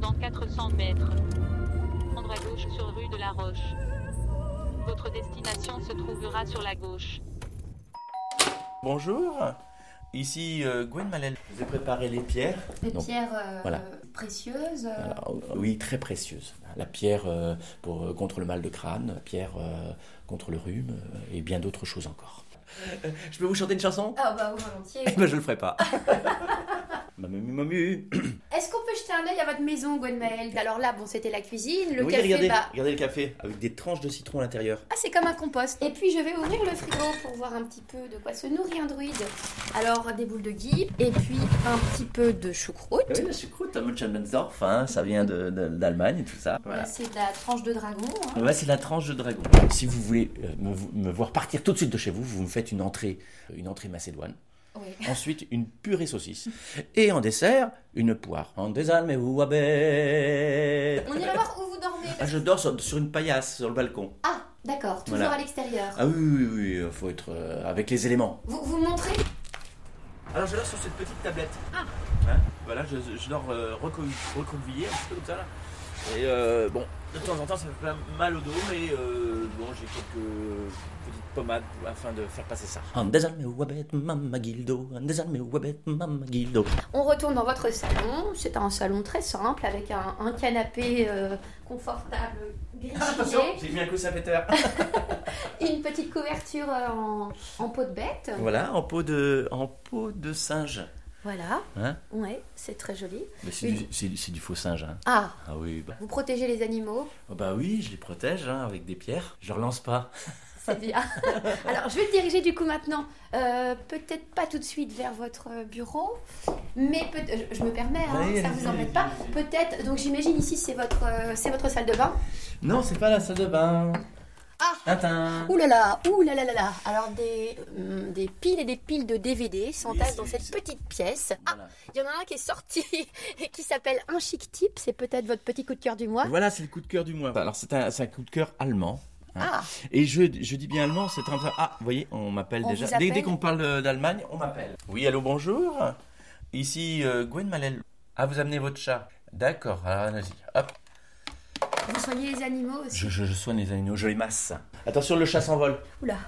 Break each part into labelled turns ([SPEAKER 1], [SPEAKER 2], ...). [SPEAKER 1] dans 400 mètres. Prendre à gauche sur rue de la Roche. Votre destination se trouvera sur la gauche.
[SPEAKER 2] Bonjour, ici euh, Gwen Malel. Je vous ai préparé les pierres.
[SPEAKER 3] Des
[SPEAKER 2] Donc,
[SPEAKER 3] pierres euh,
[SPEAKER 2] voilà.
[SPEAKER 3] précieuses. euh,
[SPEAKER 2] Alors, euh, oui, très précieuses. La pierre euh, pour, euh, contre le mal de crâne, la pierre euh, contre le rhume euh, et bien d'autres choses encore. Euh, Je peux vous chanter une chanson
[SPEAKER 3] Ah bah oui, volontiers.
[SPEAKER 2] ben, je le ferai pas. Mamu, mamu.
[SPEAKER 3] Est-ce qu'on peut jeter un œil à votre maison, Gwenmaël Alors là, bon, c'était la cuisine, le
[SPEAKER 2] oui,
[SPEAKER 3] café,
[SPEAKER 2] regardez,
[SPEAKER 3] bah...
[SPEAKER 2] regardez le café avec des tranches de citron à l'intérieur.
[SPEAKER 3] Ah, c'est comme un compost. Et puis, je vais ouvrir le frigo pour voir un petit peu de quoi se nourrit un druide. Alors, des boules de gui, et puis un petit peu de choucroute.
[SPEAKER 2] Ah
[SPEAKER 3] Euh,
[SPEAKER 2] Oui, la choucroute, Mönchengladbach, hein, ça vient de- de- d'Allemagne et tout ça. Voilà.
[SPEAKER 3] Là, C'est de la tranche de dragon. hein.
[SPEAKER 2] Ouais, c'est la tranche de dragon. Si vous voulez euh, me, me voir partir tout de suite de chez vous, vous me faites une entrée, euh, une entrée macédoine.
[SPEAKER 3] Oui.
[SPEAKER 2] Ensuite, une purée saucisse. Et en dessert, une poire. En désalmez-vous, abbé.
[SPEAKER 3] On ira voir où vous dormez.
[SPEAKER 2] Ah, je dors sur, sur une paillasse, sur le balcon.
[SPEAKER 3] Ah, d'accord, toujours
[SPEAKER 2] Voilà.
[SPEAKER 3] à l'extérieur.
[SPEAKER 2] Ah oui, oui, oui, euh, faut être euh, avec les éléments.
[SPEAKER 3] Vous, vous montrez
[SPEAKER 2] Alors, je dors sur cette petite tablette.
[SPEAKER 3] Ah.
[SPEAKER 2] Hein, voilà, je, je dors euh, recou- recroquevillé, un petit peu comme ça, là. Et euh, bon, de temps en temps, ça me fait mal au dos, mais euh, bon, j'ai quelques petites pommades afin de faire passer ça. En désalmez-vous, abbé, maman Guildo. En désalmez-vous, abbé, maman Guildo.
[SPEAKER 3] On retourne dans votre salon. C'est un salon très simple avec un, un canapé euh, confortable
[SPEAKER 2] Ah, Attention,
[SPEAKER 3] grillé,
[SPEAKER 2] j'ai mis un coup de péter.
[SPEAKER 3] une petite couverture euh, en, en peau de bête.
[SPEAKER 2] Voilà, en peau de, en peau de singe.
[SPEAKER 3] Voilà,
[SPEAKER 2] Hein
[SPEAKER 3] ouais, c'est très joli.
[SPEAKER 2] Mais c'est,
[SPEAKER 3] Oui.
[SPEAKER 2] du, c'est- c'est du faux singe. Hein.
[SPEAKER 3] Ah,
[SPEAKER 2] Ah oui, bah.
[SPEAKER 3] vous protégez les animaux,
[SPEAKER 2] Oh bah oui, je les protège hein, avec des pierres. Je leur lance pas.
[SPEAKER 3] c'est bien. Alors, je vais te diriger du coup maintenant, euh, peut-être pas tout de suite vers votre bureau, mais peut- je, je me permets, hein,
[SPEAKER 2] Allez,
[SPEAKER 3] ça
[SPEAKER 2] allez-y,
[SPEAKER 3] vous embête
[SPEAKER 2] allez-y,
[SPEAKER 3] pas.
[SPEAKER 2] allez-y.
[SPEAKER 3] Peut-être, donc j'imagine ici c'est votre, euh, c'est votre salle de bain.
[SPEAKER 2] Non, c'est pas la salle de bain.
[SPEAKER 3] Ah.
[SPEAKER 2] Tintin.
[SPEAKER 3] Ouh là là, ouh là là là là. Alors des, hum, des piles et des piles de DVD
[SPEAKER 2] Oui, c'est-
[SPEAKER 3] s'entassent dans cette
[SPEAKER 2] c'est-
[SPEAKER 3] petite pièce. Ah,
[SPEAKER 2] Voilà.
[SPEAKER 3] il y en a un qui est sorti et qui s'appelle Un chic type. C'est peut-être votre petit coup de cœur du mois.
[SPEAKER 2] Voilà, c'est le coup de cœur du mois. Bah, Alors, c'est un, c'est un coup de cœur allemand.
[SPEAKER 3] Ah,
[SPEAKER 2] Et je, je dis bien allemand, c'est un... Ah, vous voyez, on m'appelle
[SPEAKER 3] On
[SPEAKER 2] déjà.
[SPEAKER 3] vous
[SPEAKER 2] Dès- Dès,
[SPEAKER 3] appelle
[SPEAKER 2] qu'on parle euh, d'Allemagne, on m'appelle. Oui, allô, bonjour. Ici euh, Gwen Malel. Ah, vous amenez votre chat. D'accord, alors allez-y. Hop.
[SPEAKER 3] vous soignez les animaux aussi.
[SPEAKER 2] Je, je- je soigne les animaux, je les masse. Attention, le chat s'envole.
[SPEAKER 3] Oula.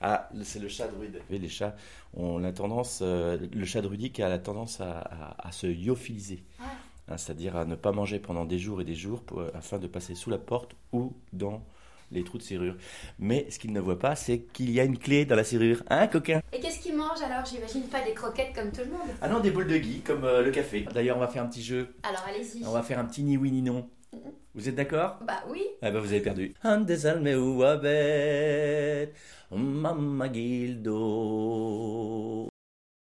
[SPEAKER 2] Ah, le- c'est le chat druide. Vous savez, les chats ont la tendance, euh, le chat druidique a la tendance à, à- à se yophiliser.
[SPEAKER 3] Ah.
[SPEAKER 2] Hein, C'est-à-dire à ne pas manger pendant des jours et des jours pour- euh, afin de passer sous la porte ou dans les trous de serrure. Mais ce qu'il ne voit pas, c'est qu'il y a une clé dans la serrure. Hein, coquin
[SPEAKER 3] Et qu'est-ce qu'ils mangent alors J'imagine pas des croquettes comme tout le monde.
[SPEAKER 2] Ah non, des boules de gui, comme euh, le café. D'ailleurs, on va faire un petit jeu.
[SPEAKER 3] Alors allez-y.
[SPEAKER 2] On va faire un petit ni oui ni non. Vous êtes d'accord
[SPEAKER 3] Bah oui.
[SPEAKER 2] Ah bah vous avez perdu. Un désalmé ou abet, mamma guildo.